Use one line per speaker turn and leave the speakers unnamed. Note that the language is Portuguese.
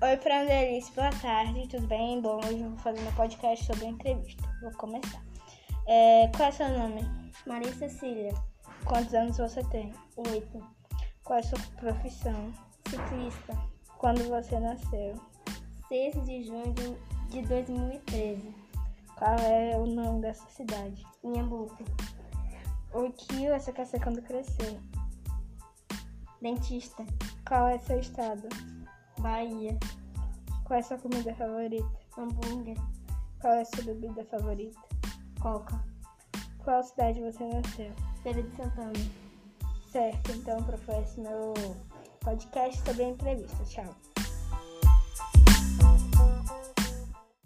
Oi, Frandelice, boa tarde, tudo bem? Bom, hoje eu vou fazer um podcast sobre a entrevista. Vou começar. É, qual é seu nome?
Maria Cecília,
Quantos anos você tem?
8.
Qual é sua profissão?
Ciclista,
Quando você nasceu?
6 de junho de- de 2013.
Qual é o nome dessa cidade?
Minha boca.
O que você quer ser quando crescer?
Dentista,
Qual é seu estado?
Bahia.
Qual é sua comida favorita?
Hambúrguer,
Qual é sua bebida favorita?
Coca.
Qual cidade você nasceu?
Feira de Santana.
Certo, então, professor, meu podcast sobre a entrevista. Tchau.